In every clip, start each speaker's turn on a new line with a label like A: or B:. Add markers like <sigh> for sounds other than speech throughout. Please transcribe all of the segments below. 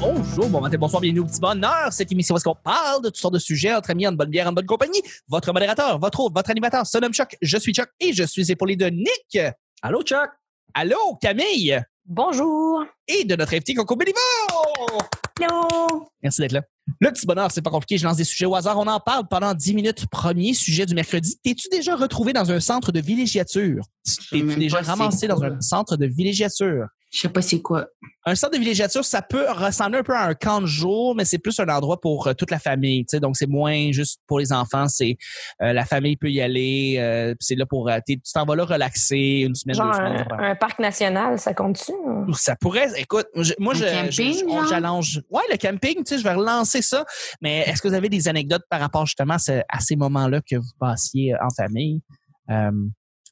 A: Bonjour, bon matin, bonsoir, bienvenue au petit bonheur. Cette émission, où est-ce qu'on parle de toutes sortes de sujets entre amis, en bonne bière, en bonne compagnie? Votre modérateur, votre hôte, votre animateur, se nomme Chuck. Je suis Chuck et je suis épaulé de Nick.
B: Allô, Chuck?
A: Allô, Camille.
C: Bonjour.
A: Et de notre invité, Coco Béliveau.
C: Hello.
A: Merci d'être là. Le petit bonheur, c'est pas compliqué. Je lance des sujets au hasard. On en parle pendant 10 minutes. Premier sujet du mercredi. T'es-tu déjà retrouvé dans un centre de villégiature?
C: sais
A: T'es-tu
C: même
A: déjà
C: pas c'est
A: ramassé dans
C: quoi.
A: un centre de villégiature?
C: Je sais pas c'est quoi.
A: Un centre de villégiature, ça peut ressembler un peu à un camp de jour, mais c'est plus un endroit pour euh, toute la famille. tu sais. Donc, c'est moins juste pour les enfants. C'est euh, la famille peut y aller. euh, puis c'est là pour... euh, t'es- tu t'en vas là relaxer une semaine,
D: Genre euh,
A: deux semaines.
D: un,
A: trois.
D: un parc national, ça compte-tu? ou-
A: Ça pourrait. Écoute, je- moi,
C: Un
A: je,
C: camping,
A: je- on
C: genre?
A: challenge. Ouais, le camping, tu sais, je vais relancer ça. Mais est-ce que vous avez des anecdotes par rapport justement à, ce- à ces moments-là que vous passiez euh, en famille? Euh,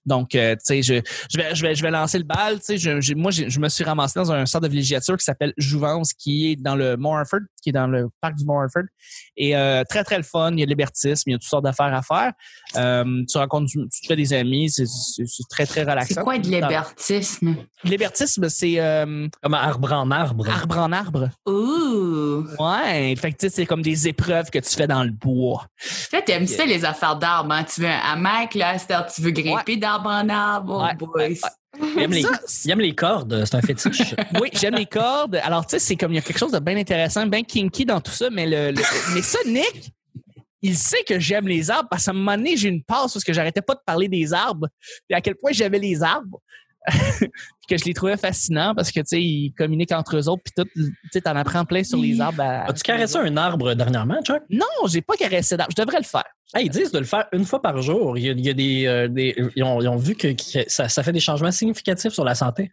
A: donc, euh, tu sais, je, je, vais, je, vais, je vais lancer le bal. Tu sais, je, je- moi, j'ai- je me suis ramassé dans un centre de villégiature qui s'appelle Jouvence, qui est dans le Mont Harford, qui est dans le parc du Mont Harford. Et euh, très, très le fun. Il y a de l'hébertisme, il y a toutes sortes d'affaires à faire. Euh, tu rencontres, du- tu te fais des amis, c'est c'est- c'est très, très relaxant.
C: C'est quoi de l'hébertisme?
A: L'hébertisme, c'est... euh,
B: Comme arbre en arbre.
A: Arbre en arbre.
C: Ouh.
A: Ouais. Fait que, tu sais, c'est comme des épreuves que tu fais dans le bois.
C: Là, t'aimes ça, les affaires d'arbres. Hein? Tu veux un hamac, là, c'est-à-dire tu veux grimper d'arbre en arbre. Oh,
A: Ouais,
C: boys.
A: ouais, ouais.
B: Il aime, les,
A: Ça, c'est-
B: il aime les cordes, c'est un fétiche.
A: oui, j'aime les cordes. Alors, tu sais, c'est comme il y a quelque chose de bien intéressant, bien kinky dans tout ça, mais le, le- mais ça, Nick, il sait que j'aime les arbres parce qu'à un moment donné, j'ai une passe parce que j'arrêtais pas de parler des arbres et à quel point j'aimais les arbres. <laughs> Puis que je les trouvais fascinants parce que, tu sais, ils communiquent entre eux autres puis tout, tu sais, t'en apprends plein sur les arbres. à-
B: As-tu caressé un arbre dernièrement, Chuck?
A: Non, j'ai pas caressé d'arbre. Je devrais le faire.
B: Ah, ils disent de le faire une fois par jour. Il y a, il y a des, euh, des- ils, ont, ils ont vu que, que ça, ça fait des changements significatifs sur la santé.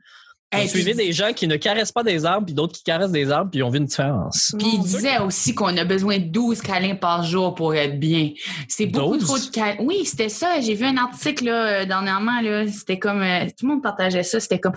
B: Ils ont
C: Hey,
B: suivi
C: puis-
B: des gens qui ne caressent pas des arbres, puis d'autres qui caressent des arbres, puis ils ont vu une différence.
C: Puis il disait aussi qu'on a besoin de 12 câlins par jour pour être bien. C'est beaucoup
B: 12?
C: trop de câlins. Oui, c'était ça. J'ai vu un article là, euh, dernièrement. Là, c'était comme euh, tout le monde partageait ça. C'était comme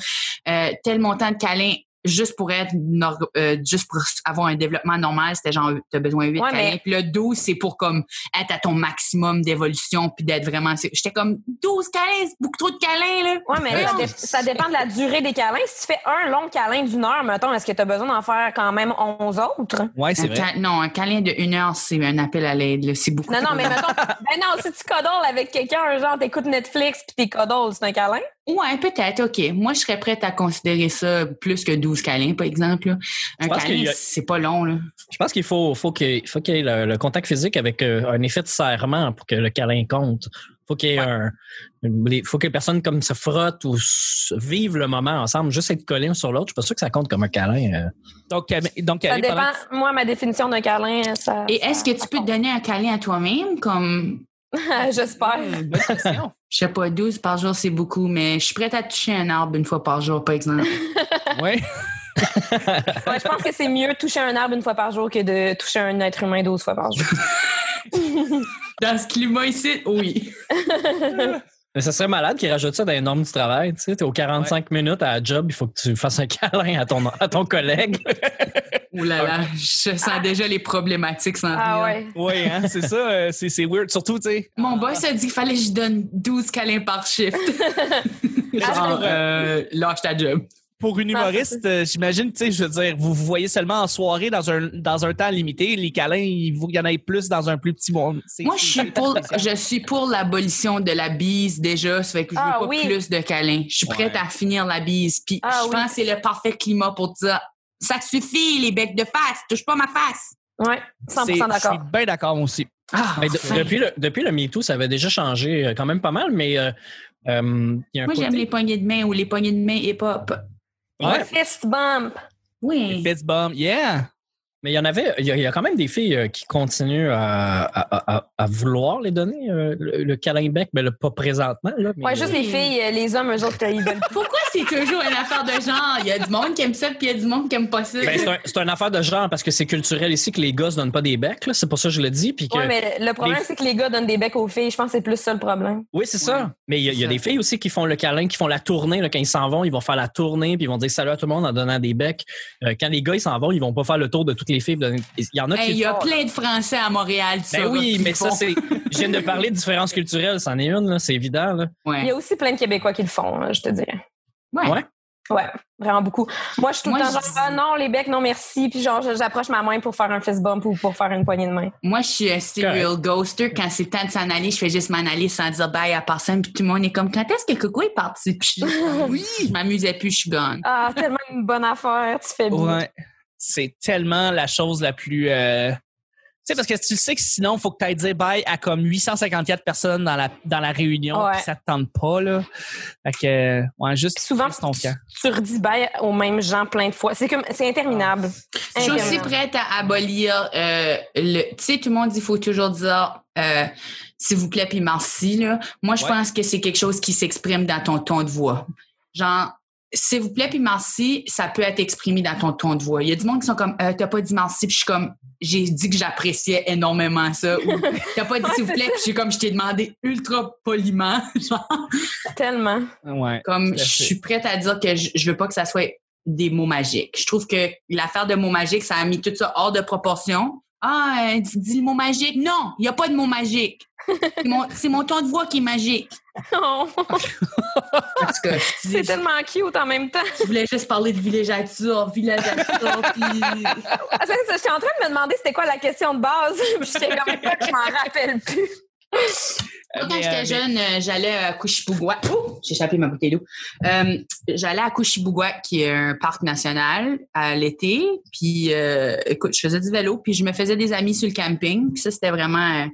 C: euh, tel montant de câlins juste pour être nor- euh, juste pour avoir un développement normal. C'était genre t'as besoin de 8
D: Ouais,
C: câlins.
D: mais-
C: Puis le 12, c'est pour comme être à ton maximum d'évolution puis d'être vraiment. J'étais comme 12 câlins, c'est beaucoup trop de câlins là.
D: Ouais, mais ça,
C: Voyons.
D: dé- ça dépend de la durée des câlins. Si tu fais un long câlin d'une heure, mettons, est-ce que tu as besoin d'en faire quand même 11 autres?
A: Ouais,
C: Un câlin- non, un câlin de une heure, c'est un appel à l'aide. là. C'est beaucoup.
D: Non, non,
C: trop
D: mais mettons, ben non, si tu codoles avec quelqu'un, genre, t'écoutes Netflix puis t'es codole, c'est un câlin?
C: Ouais, peut-être, OK. Moi, je serais prête à considérer ça plus que 12 câlins, par exemple. là.
B: Je
C: Un
B: pense qu'il
C: câlin,
B: y a-
C: c'est pas long, là.
B: Je pense qu'il faut, faut qu'il faut qu'il y ait le, le contact physique avec euh, un effet de serrement pour que le câlin compte. Faut qu'il y ait un- une- les- faut que les personnes comme se frottent ou s- vivent le moment ensemble, juste être collés un sur l'autre. Je suis pas sûr que ça compte comme un câlin. euh.
A: Donc, Camille- donc
D: Ça
A: Camille, pendant
D: dépend.
A: que-
D: Moi, ma définition d'un câlin, ça.
C: Et est-ce que tu peux te donner un câlin à toi-même? Comme,
D: <laughs> J'espère.
A: Bonne question.
C: je sais pas, 12 par jour, c'est beaucoup, mais je suis prête à toucher un arbre une fois par jour, par exemple.
A: Ouais.
D: Ouais, je pense que c'est mieux de toucher un arbre une fois par jour que de toucher un être humain 12 fois par jour.
C: <laughs> Dans ce climat ici, oui.
B: Mais ça serait malade qu'ils rajoutent ça dans les normes du travail. Tu sais, t'es aux 45 minutes à la job, il faut que tu fasses un <laughs> câlin à ton, à
A: <laughs>
B: ton collègue.
C: Ouh là là, je sens déjà les problématiques sans
D: Ah ouais.
C: venir.
A: <laughs>
D: Ah
A: Oui, hein, c'est ça, euh, c'est c'est weird. Surtout, tu sais.
C: Mon boss a dit qu'il fallait que je donne 12 câlins
D: <laughs>
C: par shift. Genre, euh, lâche ta job.
A: Pour
C: Ah,
A: une humoriste, euh, j'imagine, tu sais, je veux dire, vous vous voyez seulement en soirée dans un, dans un temps limité. Les câlins, il faut qu'il y en ait plus dans un plus petit monde. C'est-
C: Moi, je suis pour, je suis pour l'abolition de la bise déjà. Ça fait que je veux
D: Ah
C: pas
D: oui.
C: plus de câlins. Je suis prête
A: Ouais.
C: à finir la bise. Puis
D: Ah
C: je
D: oui.
C: pense que c'est le parfait climat pour dire ça suffit, les becs de face, touche pas ma face.
D: Ouais,
A: c'est-
D: 100
A: Je
D: d'accord.
A: suis bien d'accord, moi aussi.
C: Ah,
B: Mais de-
C: enfin.
B: depuis, le, depuis le MeToo, ça avait déjà changé euh, quand même pas mal, mais euh, euh, il y a un
C: Moi, j'aime
B: côté-
C: les poignées de main ou les poignées de main hip-hop.
B: Ouais.
D: Fist bump.
A: Les
C: Oui.
A: fist bump, yeah!
B: Mais il y en avait, il y, a, il y a quand même des filles euh, qui continuent à, à- à- à vouloir les donner, euh, le, le câlin bec, mais le pas présentement. Là, mais,
D: Ouais, juste
B: euh,
D: les filles, euh, les hommes, eux autres, euh, ils veulent
C: Pourquoi c'est toujours une affaire de genre? Il y a du monde qui aime ça, puis il y a du monde qui aime pas ça.
B: ben, c'est un- c'est une affaire de genre parce que c'est culturel ici que les gars se donnent pas des becs. là. C'est pour ça que je le dis. Puis que-
D: Ouais, mais le problème,
B: les-
D: c'est que les gars donnent des becs aux filles. Je pense que c'est plus ça le problème.
B: Oui, c'est
C: Ouais.
B: ça. Mais il y, a- il y a
C: C'est
B: des filles aussi qui font le câlin, qui font la tournée. là, quand ils s'en vont, ils vont faire la tournée puis ils vont dire salut à tout le monde en donnant des becs. Euh, quand les gars ils s'en vont, ils vont pas faire le tour de toutes les filles. puis donner- Il y en a
C: Hey,
B: qui
C: il
B: le
C: y a
B: font.
C: plein de Français à Montréal, tu
B: Ben
C: sauras,
B: oui,
C: qui
B: mais
C: le
B: ça,
C: font.
B: c'est. Je viens de parler de différence culturelle, c'en est une, là, c'est évident. Là.
D: Il y a aussi plein de Québécois qui le font, hein, je te dirais.
C: Ouais.
B: Ouais.
D: Ouais, vraiment beaucoup. Moi, je suis tout
C: Moi,
D: le temps
C: je
D: genre,
C: dis-
D: Ah non, les becs, non merci. Puis genre, je- j'approche ma main pour faire un fist bump ou pour faire une poignée de main.
C: Moi, je suis un serial ghoster. Quand c'est le temps de s'en aller, je fais juste m'en aller sans dire bye à personne. Puis tout le monde est comme, quand est-ce que Coco est parti? Puis je suis comme, oui, je m'amusais plus, je suis gone.
D: Ah, tellement une bonne affaire, tu
C: Mm.
D: fais bien.
A: Ouais. C'est tellement la chose la plus. euh, Tu sais, parce que tu le sais que sinon, il faut que tu ailles dire bye à comme 854 personnes dans la, dans la réunion,
D: Ouais.
A: puis ça te tente pas, là. Fait que, euh, ouais, juste.
D: Puis souvent,
A: reste ton
D: tu,
A: camp.
D: tu redis bye aux mêmes gens plein de fois. C'est comme, c'est interminable.
C: Je suis aussi
D: Interminable.
C: prête à abolir euh, le. Tu sais, tout le monde dit faut toujours dire euh, s'il vous plaît puis merci. Là. Moi, je
A: Ouais.
C: pense que c'est quelque chose qui s'exprime dans ton ton de voix. Genre, s'il vous plaît puis merci, ça peut être exprimé dans ton ton de voix. Il y a du monde qui sont comme euh, t'as pas dit merci puis je suis comme j'ai dit que j'appréciais énormément ça. Ou t'as pas dit s'il vous plaît puis je suis comme je t'ai demandé ultra poliment. Genre,
A: Ah.
D: Tellement. <laughs>
A: Ouais.
C: comme
A: Tout à
C: je
A: fait.
C: suis prête à dire que je, je veux pas que ça soit des mots magiques. Je trouve que l'affaire de mots magiques, ça a mis tout ça hors de proportion. Ah, euh, dis, dis le mot magique. Non, il n'y a pas de mot magique. C'est
A: <laughs>
C: mon, c'est mon ton de voix qui est magique.
D: Oh,
C: Parce que je,
D: c'est
C: disais-
D: tellement cute en même temps.
C: je voulais juste parler de villégiature, villégiature, puis...
D: Ah, c'est- c'est- J'étais en train de me demander c'était quoi la question de base. <laughs> Puis J'étais comme pas que je m'en rappelle plus.
C: Moi, quand
A: Mais,
C: j'étais
A: euh,
C: jeune, euh, j'allais à Kouchibouguac. Oh, j'ai échappé ma bouteille d'eau. Euh, j'allais à Kouchibouguac, qui est un parc national, à l'été. Puis, euh, écoute, je faisais du vélo, puis je me faisais des amis sur le camping. Puis ça, c'était vraiment euh,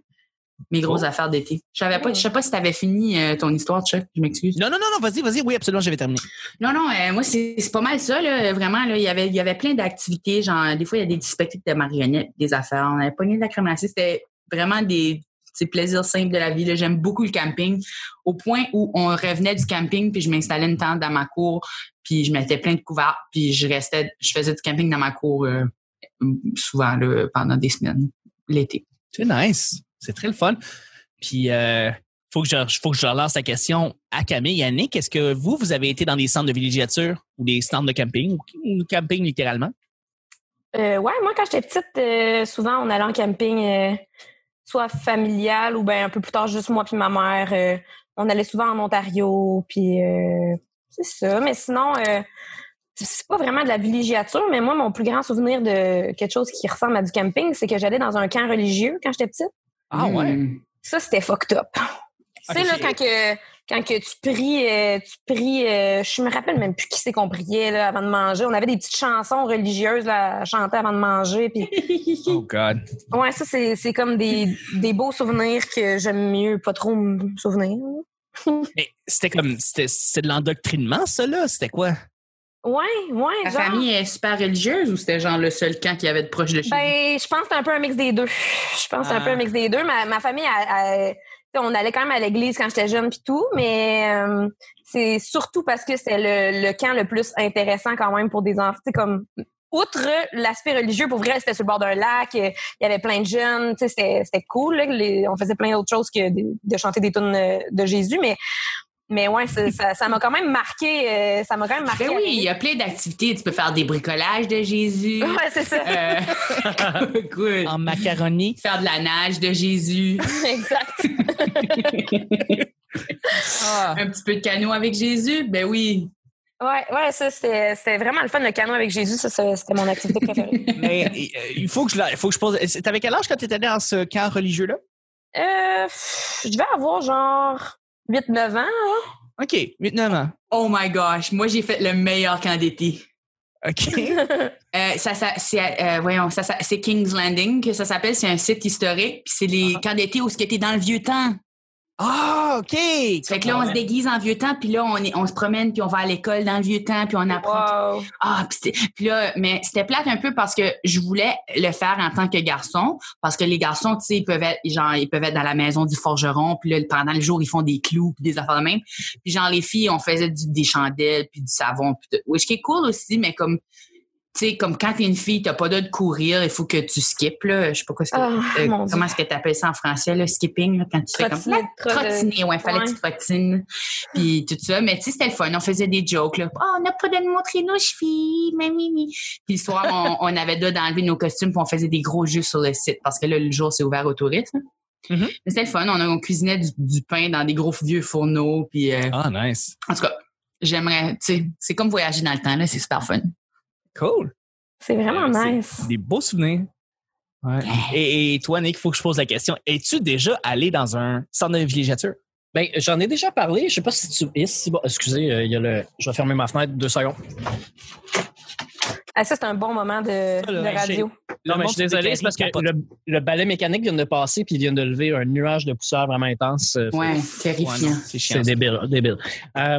C: mes
A: Oh.
C: grosses affaires d'été. Je savais pas, je sais pas si tu avais fini euh, ton histoire, Chuck. Je m'excuse.
A: Non, non, non, non, vas-y, vas-y. Oui, absolument, j'avais terminé.
C: Non, non, euh, moi, c'est c'est pas mal ça, là. Vraiment, là, il y avait, il y avait plein d'activités. Genre, des fois, il y a des spectacles de marionnettes, des affaires. On avait pogné de la crémation. C'était vraiment des petits plaisirs simples de la vie. là. J'aime beaucoup le camping. Au point où on revenait du camping, puis je m'installais une tente dans ma cour, puis je mettais plein de couverts, puis je restais, je faisais du camping dans ma cour euh, souvent, là, pendant des semaines, l'été.
A: C'est nice. C'est très le fun. Puis, euh, faut que je, faut que je relance la question à Camille et Yannick. Est-ce que vous, vous avez été dans des centres de villégiature ou des centres de camping ou, ou camping littéralement?
D: Euh, ouais, moi, quand j'étais petite, euh, souvent, on allait en camping, euh, soit familial ou bien un peu plus tard, juste moi puis ma mère. Euh, on allait souvent en Ontario, puis euh, c'est ça. Mais sinon, euh, c'est pas vraiment de la villégiature, mais moi, mon plus grand souvenir de quelque chose qui ressemble à du camping, c'est que j'allais dans un camp religieux quand j'étais petite.
A: Ah
C: Mm.
D: Ça, c'était fucked up. Tu sais,
A: Ok.
D: là, quand que, quand que tu pries, euh, tu pries, euh, je me rappelle même plus qui c'est qu'on priait là, avant de manger. On avait des petites chansons religieuses là, à chanter avant de manger. Puis,
A: Oh, God.
D: ouais, ça, c'est c'est comme des, des beaux souvenirs que j'aime mieux pas trop me souvenir.
A: Mais c'était comme. C'était c'est de l'endoctrinement, ça, là? C'était quoi?
D: Ouais, ouais,
C: Ta
D: genre.
C: famille est super religieuse ou c'était genre le seul camp qu'il y avait de proche de chez vous?
D: Ben, je pense que c'est un peu un mix des deux. Je pense que c'est un
A: Ah.
D: peu un mix des deux. Ma, ma famille, elle- elle- tu sais, on allait quand même à l'église quand j'étais jeune puis tout, mais euh, c'est surtout parce que c'était le, le camp le plus intéressant quand même pour des enfants. Tu sais, comme outre l'aspect religieux, pour vrai, c'était sur le bord d'un lac. euh, Il y avait plein de jeunes. Tu sais, c'était c'était cool. là, les- on faisait plein d'autres choses que de, de chanter des tunes euh, de Jésus, mais mais ouais, c'est- ça ça m'a quand même marqué. euh, ça m'a quand même marqué.
C: Ben oui, il y a plein d'activités. Tu peux faire des bricolages de Jésus.
D: <laughs> Ouais, c'est
C: <laughs>
D: ça.
C: Euh, <laughs> good.
A: En macaroni?
C: Faire de la nage de Jésus.
D: exact.
A: Ah.
C: Un petit peu de canot avec Jésus. Ben oui.
D: Ouais, ouais, ça, c'était c'était vraiment le fun, le canon avec Jésus. Ça, ça, c'était mon activité préférée.
A: <laughs> <laughs> Mais euh, il faut que je, la- il faut que je pose. T'avais quel âge quand t'étais allé dans ce camp religieux-là?
D: euh, pff, je vais avoir genre 8-9 ans.
A: OK, 8-9 ans.
C: Oh my gosh. Moi, j'ai fait le meilleur camp d'été.
A: OK.
D: <laughs>
C: Euh, ça, ça, c'est, euh, voyons, ça, ça- c'est King's Landing que ça s'appelle. C'est un site historique. Puis c'est les camps d'été où ce que t'es dans le vieux temps.
A: Ah, OK.
C: Fait que là, on se déguise en vieux temps. Puis là, on, est, on se promène. Puis on va à l'école dans le vieux temps. Puis on apprend
D: Wow.
C: Ah, pis c'était- puis là, mais c'était plate un peu parce que je voulais le faire en tant que garçon, parce que les garçons, tu sais, ils peuvent être, genre, ils peuvent être dans la maison du forgeron, puis là, pendant le jour, ils font des clous, puis des affaires de même. Puis genre, les filles, on faisait du- des chandelles, puis du savon, puis tout. Oui, ce qui est cool aussi, mais comme, tu sais, comme quand t'es une fille, t'as pas le droit de courir, il faut que tu skippes, là. Je sais pas quoi, ce que-
D: Ah,
C: euh,
D: mon Dieu.
C: comment est-ce que t'appelles ça en français, le skipping, là, quand tu fais comme
D: Trottiner, trottiner.
C: trottiner, ouais, fallait
D: Ouais.
C: que tu trottines. Puis tout ça. Mais tu sais, c'était le fun. On faisait des jokes, là. Oh, on n'a pas de montrer nos chevilles, mais oui, oui. Puis le soir,
D: <laughs>
C: on, on avait deux d'enlever nos costumes, puis on faisait des gros jeux sur le site, parce que là, le jour, c'est ouvert aux touristes. hein.
A: Mhm.
D: Mm-hmm.
C: Mais C'était le fun. On, on cuisinait du, du pain dans des gros vieux fourneaux, puis euh,
A: Ah, nice.
C: en tout cas, j'aimerais, tu sais, c'est comme voyager dans le temps, là, c'est super fun.
A: Cool.
D: C'est vraiment
A: Euh, c'est-
D: nice.
A: Des beaux souvenirs. Ouais. Et, et toi, Nick, il faut que je pose la question. Es-tu déjà allé dans un centre de villégiature?
B: Ben, j'en ai déjà parlé. Je sais pas si tu. eh, si- bon, excusez, euh, il y a le. Je vais fermer ma fenêtre deux secondes.
D: Ah, ça, c'est un bon moment de,
A: Ça, là,
D: de
A: ben,
D: radio.
A: Le
B: Non, mais
A: monde
B: je suis
A: sur
B: désolé,
A: des
B: c'est parce que
A: caries capote.
B: le, le balai mécanique vient de passer puis il vient de lever un nuage de poussière vraiment intense. Euh,
C: Ouais,
A: Ouais,
C: terrifiant.
A: non, c'est chiant.
B: C'est débile, débile. Euh,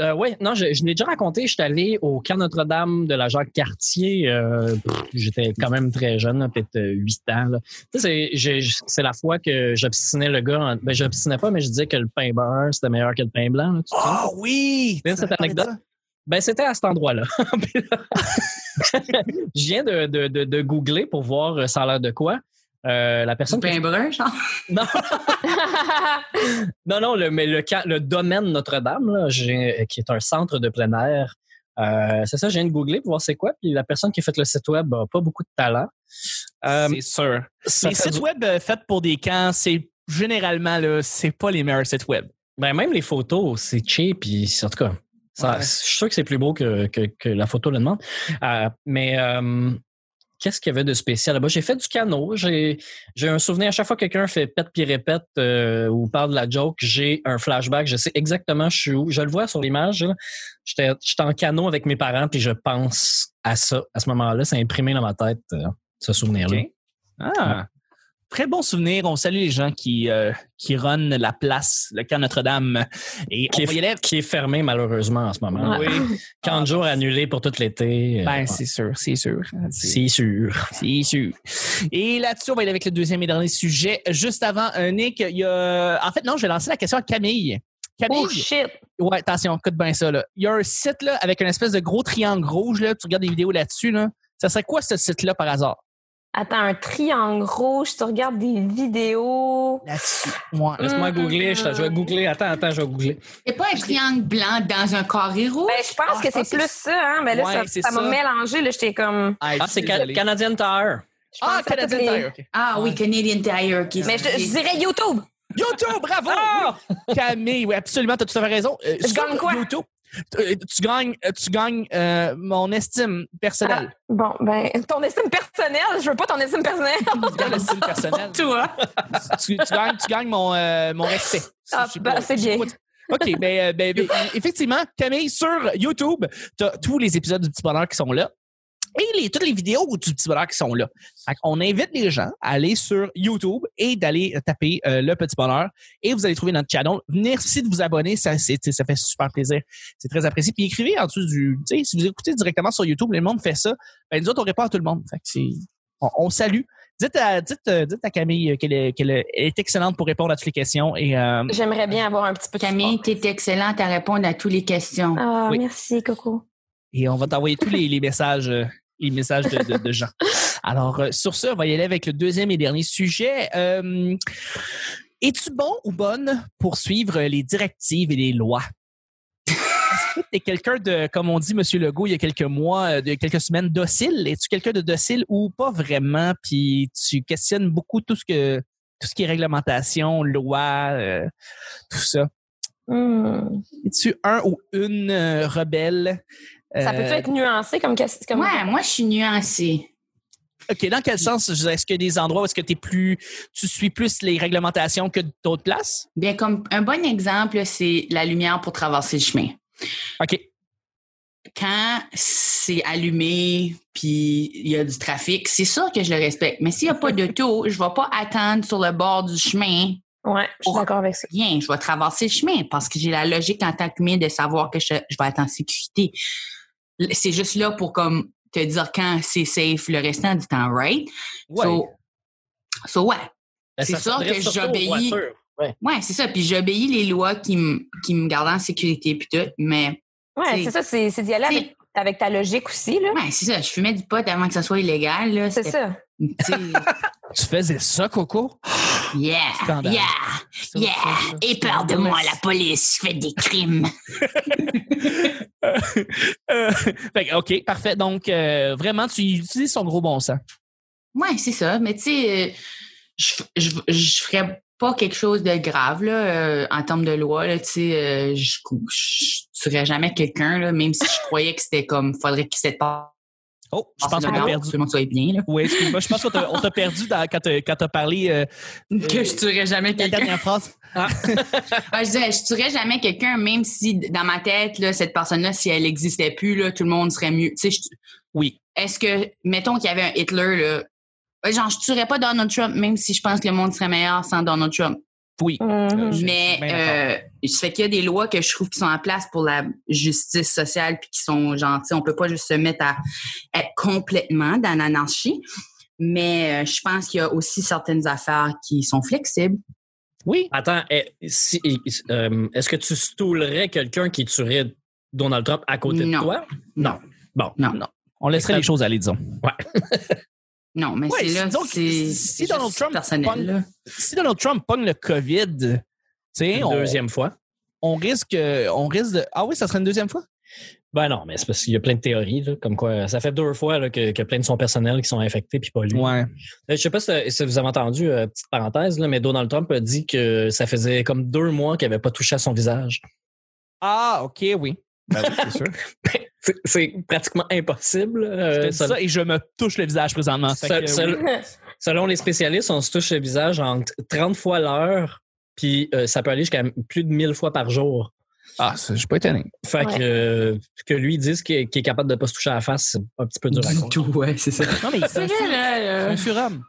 B: euh, ouais, non, je, je l'ai déjà raconté. Je suis allé au camp Notre-Dame de la Jacques Cartier. euh, pff, J'étais quand même très jeune, là, peut-être 8 ans. là. Tu sais, c'est- j'ai- j'ai- c'est la fois que j'obstinais le gars. En, ben, j'obstinais pas, mais je disais que le pain brun, c'était meilleur que le pain blanc. là, tu sais.
A: Ah oui!
B: Même
A: Tu
B: cette
A: m'avais parlé de
B: anecdote.
A: ça?
B: Ben, c'était à cet endroit-là. <laughs> Puis là, <laughs> je viens de, de, de, de googler pour voir euh, ça a l'air de quoi. Euh, la
C: C'est
B: personne.
C: pain brun, genre.
B: <laughs> Non, non, le, mais le, ca- le domaine Notre-Dame, là, j'ai- euh, qui est un centre de plein air. euh, c'est ça, je viens de googler pour voir c'est quoi. Puis la personne qui a fait le site web n'a pas beaucoup de talent. Euh,
A: c'est sûr.
B: ça
A: Les
B: fait
A: sites
B: du-
A: web euh, faits pour des camps, c'est généralement, là, c'est pas les meilleurs sites web.
B: ben, même les photos, c'est cheap. Puis, en tout cas, ça-
A: Ouais.
B: je suis sûr que c'est plus beau que, que, que la photo le demande. Euh, mais euh, qu'est-ce qu'il y avait de spécial là-bas? J'ai fait du canot. J'ai j'ai un souvenir. À chaque fois que quelqu'un fait pète puis répète euh, ou parle de la joke, j'ai un flashback. Je sais exactement je suis où. Je le vois sur l'image. là. J'étais j'étais en canot avec mes parents puis je pense à ça. À ce moment-là, c'est imprimé dans ma tête, euh, ce souvenir-là.
A: Ok. Ah! Très bon souvenir. On salue les gens qui, euh, qui run la place, le camp Notre-Dame. Et
B: Qui,
A: on va y aller.
B: est, qui est fermé malheureusement en ce moment.
A: Oui.
B: 40 jours annulés pour tout l'été. Euh,
A: Ah. Ben, c'est sûr, c'est sûr. C'est-
B: c'est sûr.
A: C'est sûr. Et là-dessus, on va aller avec le deuxième et dernier sujet. Juste avant, euh, Nick, il y a... En fait, non, je vais lancer la question à Camille. Camille,
D: <laughs> oh shit!
A: ouais, attention, coûte bien ça. Là. Il y a un site là, avec une espèce de gros triangle rouge. Là. Tu regardes des vidéos là-dessus. Là. Ça serait quoi ce site-là par hasard?
D: Attends, un triangle rouge, tu regardes des vidéos.
A: Là-dessus. Ouais.
B: Laisse-moi
D: Mm.
B: googler, je, je vais googler. Attends, attends, je vais googler.
C: C'est pas un triangle blanc dans un carré rouge?
D: Ben, je pense
A: Ah,
D: que
A: je pense
D: c'est
A: que
D: plus ça, hein? Ben là,
A: Ouais,
D: ça-
A: c'est
D: ça m'a
A: ça.
D: mélangé. Là, j'étais comme.
B: Ah, c'est Ca- Canadian Tower.
D: je
A: Ah,
D: pensais à
A: Canadian
D: toutes les-
A: Tire, OK.
C: Ah oui, Canadian Tire. ok.
D: Mais je, je dirais YouTube!
A: YouTube, bravo!
B: Ah!
A: Camille, oui, absolument, tu as tout à fait raison. Euh,
D: Je
A: sur
D: gagne quoi?
A: YouTube, euh, tu gagnes, euh, tu gagnes euh, mon estime personnelle.
D: Bon, ben, ton estime personnelle, je veux pas ton estime personnelle. <laughs>
A: Tu gagnes l'estime personnelle.
D: Toi!
A: tu, tu gagnes, tu gagnes mon, euh, mon respect.
D: Ah,
A: Je sais
D: bah,
A: pas-
D: c'est
A: je sais
D: bien.
A: pas- OK, ben, euh, ben, ben, effectivement, Camille, sur YouTube, tu as tous les épisodes du Petit Bonheur qui sont là. Et les, toutes les vidéos du Petit Bonheur qui sont là. On invite les gens à aller sur YouTube et d'aller taper euh, le Petit Bonheur. Et vous allez trouver notre channel. Venez aussi de vous abonner, ça, c'est- c'est- ça fait super plaisir. C'est très apprécié. Puis écrivez en dessous du... tu sais, Si vous écoutez directement sur YouTube, le monde fait ça. Ben, nous autres, on répond à tout le monde. Fait que c'est- on, on salue. Dites à, dites, euh, dites à Camille qu'elle est, qu'elle est excellente pour répondre à toutes les questions. Et, euh,
D: J'aimerais bien avoir un petit peu de
C: Camille, t'es excellente à répondre à toutes les questions.
D: support. Ah,
A: Oui.
D: merci, Coco.
A: Et on va t'envoyer tous les, les messages, euh, les messages de, de- de gens. Alors, euh, sur ce, on va y aller avec le deuxième et dernier sujet. Euh, Es-tu bon ou bonne pour suivre les directives et les lois? Est-ce que t'es quelqu'un de, comme on dit, Monsieur Legault, il y a quelques mois, euh, de quelques semaines, docile? Es-tu quelqu'un de docile ou pas vraiment? Puis tu questionnes beaucoup tout ce que tout ce qui est réglementation, loi, euh, tout ça.
D: Hmm.
A: Es-tu un ou une euh, rebelle?
D: Ça peut
A: Euh,
D: être nuancé comme question. Comme...
C: Ouais, moi, je suis nuancée.
A: OK, dans quel sens? je veux dire, Est-ce qu'il y a des endroits où est-ce que t'es plus, tu suis plus les réglementations que d'autres places?
C: Bien, comme un bon exemple, c'est la lumière pour traverser le chemin.
A: OK.
C: Quand c'est allumé puis il y a du trafic, c'est sûr que je le respecte. Mais s'il n'y a pas de taux, <laughs> je ne vais pas attendre sur le bord du chemin.
D: Ouais, je suis
C: Oh.
D: d'accord avec ça.
C: Rien, je vais traverser le chemin parce que j'ai la logique en tant qu'humain de savoir que je, je vais être en sécurité. C'est juste là pour comme te dire quand c'est safe le restant du temps, right?
A: Ouais.
C: So, so ouais.
B: Ben,
C: C'est
B: ça
C: sûr
B: s'adresse
C: que
B: surtout aux
C: j'obéis.
B: voitures.
C: Ouais, c'est ça. Puis j'obéis les lois qui me qui me gardent en sécurité puis tout. Mais
D: Ouais,
C: C'est-
D: c'est ça, c'est c'est d'y aller
C: tu
D: avec,
C: sais,
D: avec ta logique aussi, là.
C: ouais, c'est ça. Je fumais du pot avant que ça soit illégal. Là,
D: C'est
C: C'était-
D: ça.
C: tu sais,
D: <laughs>
A: Tu faisais ça, Coco?
C: Yeah,
A: Scandale.
C: yeah, yeah. Et peur de moi, la police fait des crimes.
A: Euh, fait que, OK, parfait. Donc, euh, vraiment, tu utilises son gros bon sens.
C: Ouais, c'est ça. Mais tu sais, euh, je, je, je ferais pas quelque chose de grave là, euh, en termes de loi. Là, tu sais, euh, je je tuerais jamais quelqu'un, là, même si je croyais que c'était comme faudrait qu'il s'était pas.
A: Oh, je pense qu'on t'a perdu.
C: Tout le monde soit bien. Là.
A: Oui, excuse-moi. Je pense qu'on t'a- on t'a perdu dans- quand t'as quand t'as parlé euh,
C: Que je tuerais jamais
A: la
C: quelqu'un.
A: dernière phrase.
C: Ah, je disais, je tuerais jamais quelqu'un, même si dans ma tête, là, cette personne-là, si elle n'existait plus, là, tout le monde serait mieux. Tu sais, je-
A: Oui.
C: est-ce que, mettons qu'il y avait un Hitler, là, ouais, genre, je tuerais pas Donald Trump, même si je pense que le monde serait meilleur sans Donald Trump.
A: Oui.
D: Mhm.
A: je suis
C: Mais
A: bien d'accord.
C: euh, je fait qu'il y a des lois que je trouve qui sont en place pour la justice sociale puis qui sont gentilles. On peut pas juste se mettre à être complètement dans l'anarchie. Mais euh, je pense qu'il y a aussi certaines affaires qui sont flexibles.
A: Oui.
B: Attends, eh, si- eh, euh, est-ce que tu stoulerais quelqu'un qui tuerait Donald Trump à côté
C: Non.
B: de toi?
C: Non.
B: Bon.
C: Non.
A: On laisserait les choses aller, disons.
C: Non, mais
A: Ouais,
C: c'est là,
A: donc,
C: c'est
A: si- si
C: c'est
A: Donald
C: juste
A: Trump
C: personnel.
A: pogne-
C: là.
A: Si Donald Trump pogne le COVID, tu sais,
B: Une
A: on,
B: deuxième fois.
A: on risque, euh, on risque de. Ah oui, ça serait une deuxième fois?
B: Ben non, mais c'est parce qu'il y a plein de théories, là, comme quoi euh, ça fait deux fois là, que, que plein de son personnel qui sont infectés puis pas lui.
A: Ouais.
B: Euh, Je sais pas si, si vous avez entendu, euh, petite parenthèse, là, mais Donald Trump a dit que ça faisait comme deux mois qu'il n'avait pas touché à son visage.
A: Ah, OK, oui. Ben oui, c'est sûr.
B: C'est- C'est pratiquement impossible.
A: Je te
B: euh,
A: dis ça et je me touche le visage présentement. Fait
B: Seul-
A: que,
B: seul-
A: oui.
B: Selon les spécialistes, on se touche le visage entre 30 fois l'heure, puis euh, ça peut aller jusqu'à plus de 1000 fois par jour.
A: Ah, ça, je suis pas étonné.
B: Fait
D: Ouais.
B: que, euh, que lui dise qu'il est, qu'il est capable de ne pas se toucher à la face, c'est un petit peu dur
C: <laughs>
B: à
C: Du
B: comprendre.
C: tout, ouais, c'est ça.
A: Non, mais c'est euh. un, sur- c'est un surhomme.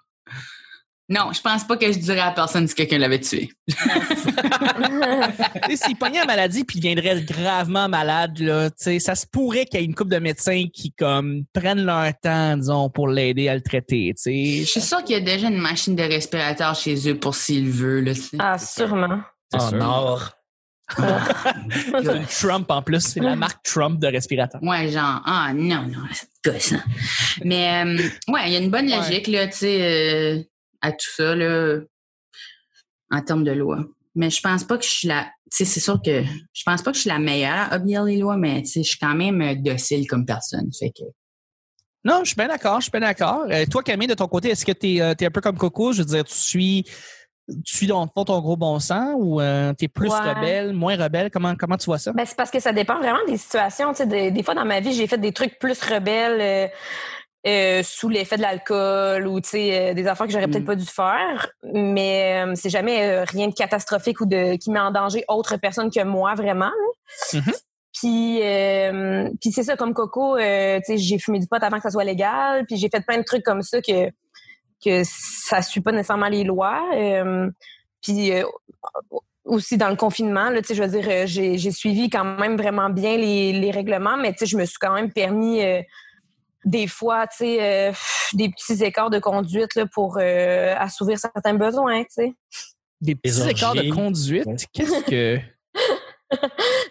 C: Non, je pense pas que je dirais à personne si quelqu'un l'avait tué.
A: Tu sais, S'il pognait la maladie puis il viendrait gravement malade, là, tu sais, ça se pourrait qu'il y ait une couple de médecins qui comme prennent leur temps, disons, pour l'aider à le traiter. tu
C: Je
A: sais.
C: suis sûre qu'il y a déjà une machine de respirateur chez eux pour s'il veut. Là, tu sais.
D: <laughs> Ah, sûrement. Ben,
A: C'est
B: En
A: sûr.
B: or.
A: C'est une Trump en plus, c'est la marque Trump de respirateur.
C: Ouais, genre, ah non, non, c'est gosse. hein. Mais euh, ouais, il y a une bonne
A: Ouais.
C: logique, là, tu sais, euh, à tout ça, là, en termes de loi. Mais je pense pas que je suis la. Tu sais, c'est sûr que je pense pas que je suis la meilleure à obéir les lois, mais tu sais, je suis quand même euh, docile comme personne. Fait que.
A: Non, je suis bien d'accord, je suis bien d'accord. Euh, toi, Camille, de ton côté, est-ce que tu es, un peu comme Coco? Je veux dire, tu suis, tu suis dans le fond ton gros bon sens ou tu es plus
D: Ouais.
A: rebelle, moins rebelle? Comment, comment tu vois ça?
D: Ben, c'est parce que ça dépend vraiment des situations. Tu sais, des, des fois, dans ma vie, j'ai fait des trucs plus rebelles euh, euh, sous l'effet de l'alcool ou tu sais, euh, des affaires que j'aurais peut-être
C: Mm.
D: pas dû faire. Mais euh, c'est jamais euh, rien de catastrophique ou de qui met en danger autre personne que moi, vraiment. là.
A: Mhm.
D: Puis, euh, puis c'est ça, comme Coco, euh, tu sais, j'ai fumé du pot avant que ça soit légal. Puis j'ai fait plein de trucs comme ça que, que ça suit pas nécessairement les lois. Euh, puis euh, aussi dans le confinement, là, tu sais, je veux dire, euh, j'ai j'ai suivi quand même vraiment bien les, les règlements, mais tu sais, je me suis quand même permis euh, des fois, tu sais, euh, pff, des petits écarts de conduite là, pour euh, assouvir certains besoins, tu sais.
A: Des petits
B: orgies.
A: écarts de conduite, qu'est-ce <laughs> que.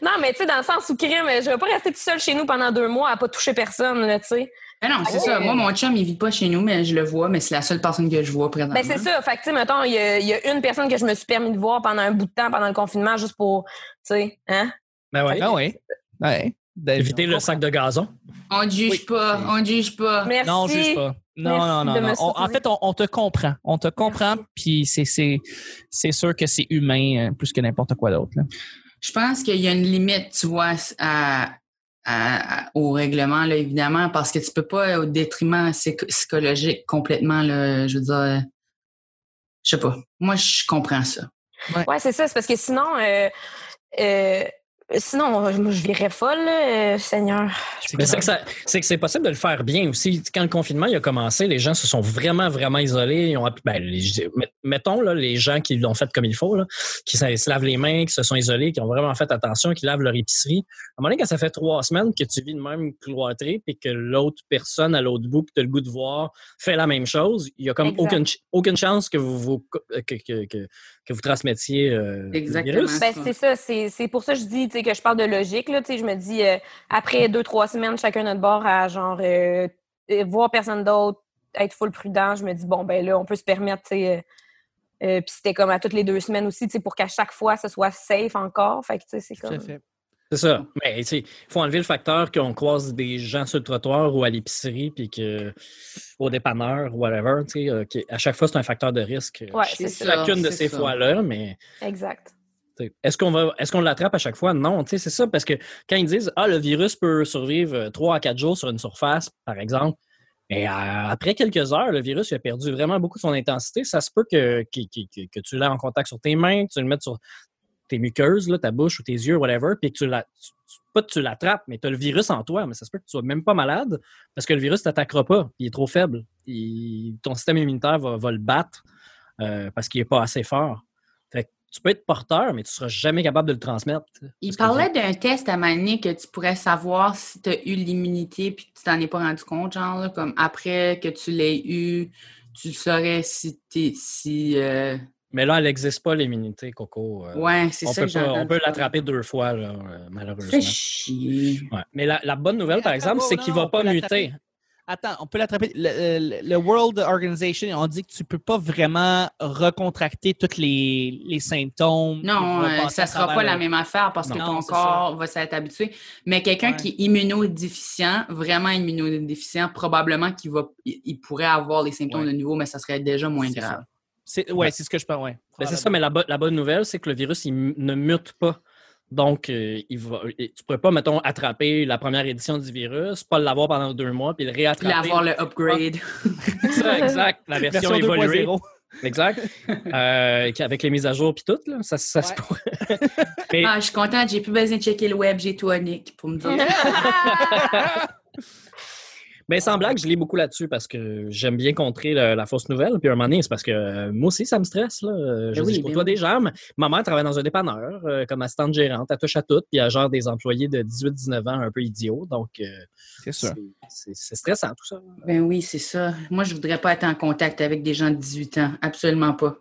D: Non, mais tu sais, dans le sens où crime, je vais pas rester tout seul chez nous pendant deux mois à pas toucher personne, là, tu sais.
C: Ah non, c'est
D: Ah,
C: ça.
D: ouais.
C: Moi, mon chum, il vit pas chez nous, mais je le vois, mais c'est la seule personne que je vois présentement.
D: Ben, c'est ça. Fait que, tu sais, mettons, il y, a- il y a une personne que je me suis permis de voir pendant un bout de temps, pendant le confinement, juste pour, tu sais, hein?
B: Ben ouais.
A: Ah ouais. Ouais. Ben
B: Éviter le sac de gazon.
C: On ne juge
A: Oui.
C: pas, on ne juge pas.
D: Merci.
A: Ah, Non, je juge pas. Non,
D: Merci
A: non, non.
D: de
A: non. On-
D: me
A: en
D: soutenir.
A: fait, on, on te comprend. On te comprend, puis c'est- c'est c'est sûr que c'est humain euh, plus que n'importe quoi d'autre. là.
C: Je pense qu'il y a une limite, tu vois, à, à- à- au règlement, là, évidemment, parce que tu peux pas, au détriment psych- psychologique, complètement, là, je veux dire, euh, je sais pas. Moi, je comprends ça.
D: Ouais, c'est ça. C'est parce que sinon, euh, euh, sinon, euh, moi, je virais folle, là, euh, Seigneur.
A: C'est
B: Mais
A: que
B: c'est que, ça- c'est que c'est possible de le faire bien aussi. Quand le confinement il a commencé, les gens se sont vraiment, vraiment isolés. Ils ont, ben, les- je dis- met- mettons là, les gens qui l'ont fait comme il faut, là, qui se se lavent les mains, qui se sont isolés, qui ont vraiment fait attention, qui lavent leur épicerie. À un moment donné, quand ça fait trois semaines que tu vis de même cloîtré puis que l'autre personne à l'autre bout que tu as le goût de voir fait la même chose, il n'y a comme
D: Exact.
B: aucune, ch- aucune chance que vous, vous- que, que- que- que vous transmettiez euh, le
C: Exactement.
B: virus.
D: Ben, c'est ça. C'est c'est pour ça que je dis tu sais, que je parle de logique. Là, tu sais, je me dis, euh, après deux, trois semaines, chacun notre bord à genre euh, euh, voir personne d'autre, être full prudent, je me dis, bon, ben là, on peut se permettre. tu sais, euh, euh, Puis c'était comme à toutes les deux semaines aussi, tu sais, pour qu'à chaque fois, ce soit safe encore. Fait que, tu sais, c'est
A: Tout à
D: comme.
A: fait.
B: C'est ça. Mais tu sais, il faut enlever le facteur qu'on croise des gens sur le trottoir ou à l'épicerie, puis que au dépanneur, whatever. Tu sais, euh, qui- à chaque fois, c'est un facteur de risque.
D: Ouais,
B: Ch-
D: c'est ça,
B: Chacune de
C: c'est
B: ces
C: ça.
B: fois-là, mais
D: Exact.
B: tu sais, est-ce qu'on va, est-ce qu'on l'attrape à chaque fois? Non, tu sais, c'est ça, parce que quand ils disent Ah, le virus peut survivre euh, trois à quatre jours sur une surface, par exemple, mais euh, après quelques heures, le virus il a perdu vraiment beaucoup de son intensité. Ça se peut que, qu'il- qu'il- que, que tu l'aies en contact sur tes mains, que tu le mettes sur tes muqueuses, là, ta bouche ou tes yeux, whatever, puis que tu la. tu- tu- pas que tu l'attrapes, mais tu as le virus en toi, mais ça se peut que tu sois même pas malade parce que le virus t'attaquera pas. Il est trop faible. Il- ton système immunitaire va, va le battre euh, parce qu'il est pas assez fort. Fait que tu peux être porteur, mais tu seras jamais capable de le transmettre.
C: Il
B: Parce que-
C: parlait d'un test à Mané que tu pourrais savoir si tu as eu l'immunité puis que tu t'en es pas rendu compte, genre, là, comme après que tu l'aies eu, tu saurais si t'es. Si, euh,
B: Mais là, elle n'existe pas, l'immunité, Coco. Euh,
C: Ouais, c'est
B: on,
C: ça
B: peut
C: que
B: pas-
C: j'entends.
B: on peut l'attraper deux fois, là, euh, malheureusement.
C: Fais chier.
B: Ouais. Mais la, la bonne nouvelle, par
A: Mais
B: exemple,
A: attends,
B: c'est
A: non,
B: qu'il
A: non,
B: va
A: on
B: pas
A: peut l'attraper.
B: muter.
A: Attends, on peut l'attraper. Le, le- le World Organization, on dit que tu peux pas vraiment recontracter tous les, les symptômes.
C: Non,
A: qui vont
C: euh,
A: passer
C: ça
A: à
C: sera
A: travers
C: pas
A: le-
C: la même affaire parce que
A: Non,
C: ton
A: c'est
C: corps va s'être habitué. Mais quelqu'un
A: Ouais.
C: qui est immunodéficient, vraiment immunodéficient, probablement qu'il va, il, il pourrait avoir les symptômes
B: Ouais.
C: de nouveau, mais ça serait déjà moins
A: C'est ça.
C: grave.
A: C'est, ouais,
B: Ouais.
A: c'est ce que je pense, ouais.
B: Ben, c'est ça, mais la, bo- la bonne nouvelle, c'est que le virus, il m- ne mute pas. Donc, euh, il va, il- tu ne pourrais pas, mettons, attraper la première édition du virus, pas l'avoir pendant deux mois, puis le
C: Puis
B: réattraper.
C: avoir le upgrade.
B: Ça, exact,
C: <laughs>
B: la version,
A: Version
B: évoluée.
A: 2.0.
B: Exact. Euh, avec les mises à jour, puis tout, là, ça, ça se
A: Ouais.
B: pourrait.
C: Ah, je suis contente, j'ai plus besoin de checker le web, j'ai tout Nick pour me dire.
B: Mais Ben, sans blague, je lis beaucoup là-dessus parce que j'aime bien contrer la, la fausse nouvelle. Puis à un moment donné, c'est parce que euh, moi aussi, ça me stresse. Là. Euh, Je,
C: Ben
B: veux dire,
C: oui,
B: je
C: ben
B: côtoie
C: oui.
B: des gens. mais Ma mère travaille dans un dépanneur euh, comme assistante gérante. Elle touche à tout. Puis elle gère des employés de 18-19 ans un peu idiots. Donc, euh,
A: C'est sûr.
B: c'est c'est- c'est stressant tout ça.
C: ben oui, c'est ça. Moi, je voudrais pas être en contact avec des gens de 18 ans. Absolument pas.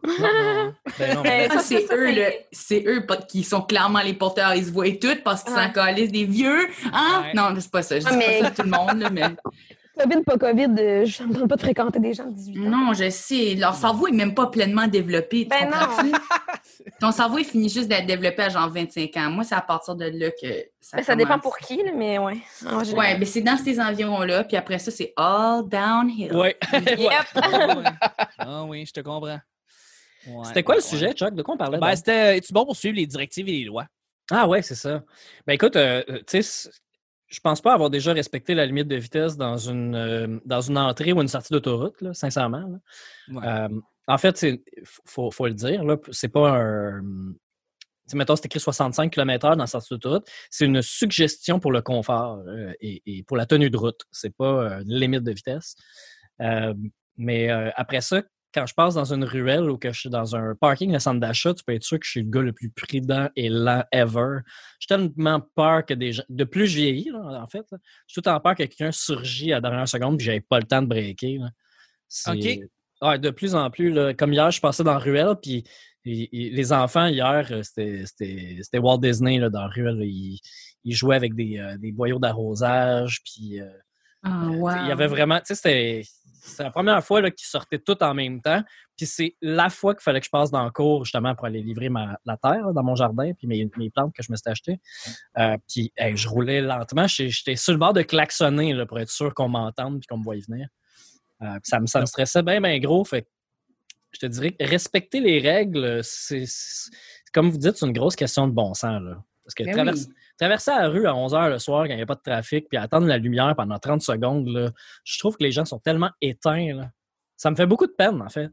B: Ben non,
D: Ben,
B: mais-
C: Ah,
D: ça,
C: c'est
D: ça, ça,
C: eux,
D: c'est-
C: le- c'est eux pas- qui sont clairement les porteurs. Ils se voient tous parce qu'ils
D: Ouais.
C: s'en calissent des vieux. Hein?
A: Ouais.
C: Non, c'est pas ça. Je
D: Ah,
C: dis
D: mais-
C: pas ça de tout le monde, là, mais...
D: <laughs> COVID, pas COVID, euh, je ne me demande pas de fréquenter des gens de 18 ans.
C: <laughs> Non, je sais. Leur cerveau est même pas pleinement développé. tu
D: Ben
C: comprends?
D: non. <laughs>
C: Ton cerveau, il finit juste d'être développé à genre 25 ans. Moi, c'est à partir de là que ça
D: Ben, ça dépend
C: commence.
D: pour qui, là, mais ouais. En général.
C: Ouais, mais c'est dans ces environs-là. Puis après ça, c'est all downhill.
B: Ouais.
D: Yep.
A: Ah ouais. Ah oui, je te comprends. Ouais,
B: C'était quoi le
A: ouais.
B: sujet, Chuck? De quoi on parlait? donc?
A: Ben, c'était, es-tu bon pour suivre les directives et les lois?
B: Ah ouais, c'est ça. Ben écoute, euh, euh, tu sais, c- je pense pas avoir déjà respecté la limite de vitesse dans une, euh, dans une entrée ou une sortie d'autoroute, là, sincèrement. là.
A: Ouais.
B: Euh, en fait, c'est- f- faut, faut le dire, là, c'est pas un. hum, Tu sais, mettons, c'est écrit 65 km/h dans la sortie d'autoroute. C'est une suggestion pour le confort euh, et, et pour la tenue de route. C'est pas euh, une limite de vitesse. Euh, mais euh, après ça, quand je passe dans une ruelle ou que je suis dans un parking de centre d'achat, tu peux être sûr que je suis le gars le plus prudent et lent ever. J'ai tellement peur que des gens. De plus je vieillis, là, en fait, là, j'ai tout en peur que quelqu'un surgit à la dernière seconde et que j'avais pas le temps de breaker. là. C'est-
A: OK.
B: Ouais, de plus en plus, là, comme hier, je passais dans la ruelle, puis et- et les enfants, hier, euh, c'était- c'était c'était Walt Disney là, dans la ruelle. là. Ils, ils jouaient avec des, euh, des boyaux d'arrosage, puis. euh,
C: Ah,
B: euh,
C: wow.
B: t'sais, Il y avait vraiment, tu sais, c'était c'était la première fois là, qu'ils sortaient tout en même temps. Puis c'est la fois qu'il fallait que je passe dans le cours, justement, pour aller livrer ma, la terre là, dans mon jardin, puis mes, mes plantes que je me suis achetées. Euh, puis hey, je roulais lentement. J'étais j'étais sur le bord de klaxonner là, pour être sûr qu'on m'entende puis qu'on me voie venir. Euh, puis ça, me, ça me stressait bien, bien gros. Fait que je te dirais que respecter les règles, c'est c'est- comme vous dites, c'est une grosse question de bon sens. Là. Parce que
C: Ben
B: traverser
C: oui.
B: Traverser la rue à 11 h le soir quand il n'y a pas de trafic, puis attendre la lumière pendant 30 secondes, là, je trouve que les gens sont tellement éteints. là. Ça me fait beaucoup de peine, en fait,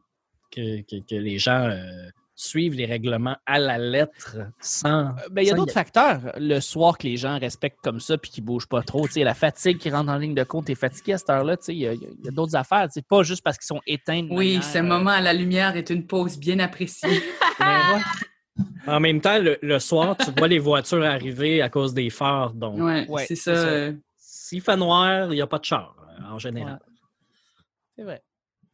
B: que, que- que les gens euh, suivent les règlements à la lettre sans.
A: Ben, il y a
B: sans
A: d'autres facteurs le soir que les gens respectent comme ça puis qui bougent pas trop. Tu sais, la fatigue qui rentre en ligne de compte, t'es fatigué à cette heure-là. tu sais, Il y a, il y a- il y a d'autres affaires. C'est pas juste parce qu'ils sont éteints. de
C: Oui,
A: manière,
C: ce
A: euh,
C: moment à la lumière est une pause bien appréciée.
B: En même temps, le, le soir, tu vois les voitures arriver à cause des phares. Donc,
C: Ouais,
A: Ouais,
C: c'est
A: c'est
C: ça.
A: ça.
C: euh,
B: s'il fait noir, il n'y a pas de char, euh, en général.
A: C'est vrai.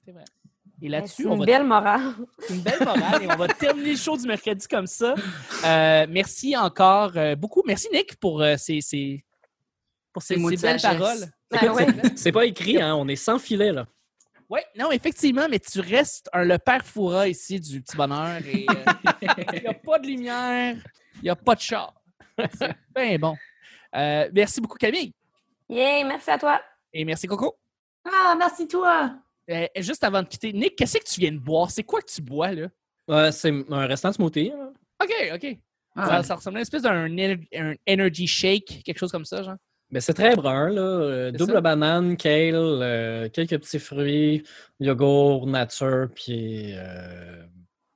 A: C'est vrai. Et
D: Mais C'est
A: là-dessus, on
D: une
A: va
D: belle morale.
A: C'est <laughs> une belle morale et on va terminer le show du mercredi comme ça. Euh, merci encore euh, beaucoup. Merci Nick pour euh, ces, ces- pour ces,
C: Ces mots
A: ces
C: de
A: belles
C: sagesse.
A: paroles.
D: Ben ouais.
B: <laughs> C'est pas écrit, hein, on est sans filet, là.
A: Oui, non, effectivement, mais tu restes un, le père euh, Foura ici du petit bonheur. Il n'y a pas de lumière, il n'y a pas de char. Ben bon. Euh, merci beaucoup, Camille.
D: Yay, merci à toi.
A: Et merci, Coco.
C: Ah, merci toi.
A: Euh, juste avant de quitter, Nick, qu'est-ce que tu viens de boire? C'est quoi que tu bois, là?
B: Ouais, c'est un restant de smoothie. hein.
A: OK, OK.
C: Ah,
A: ça, ça ressemble à une espèce d'un ener- un energy shake, quelque chose comme ça, genre.
B: Mais c'est très brun, là. Euh,
A: C'est
B: double
A: ça.
B: banane, kale, euh, quelques petits fruits, yogourt, nature, puis. euh,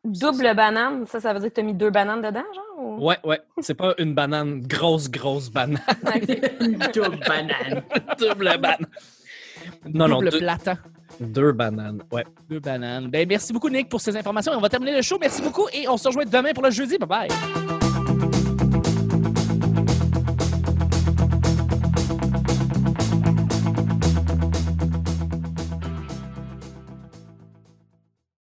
D: Double banane, ça, ça veut dire que tu as mis deux bananes dedans, genre? ou-
B: Ouais, ouais. C'est pas une banane, grosse, grosse banane. <laughs>
C: une double banane.
B: double banane. Ah Non, non,
A: Double
B: deux,
A: platan.
B: deux bananes. Ouais.
A: Deux bananes. Ben, merci beaucoup, Nick, pour ces informations. On va terminer le show. Merci beaucoup et on se rejoint demain pour le jeudi. Bye bye.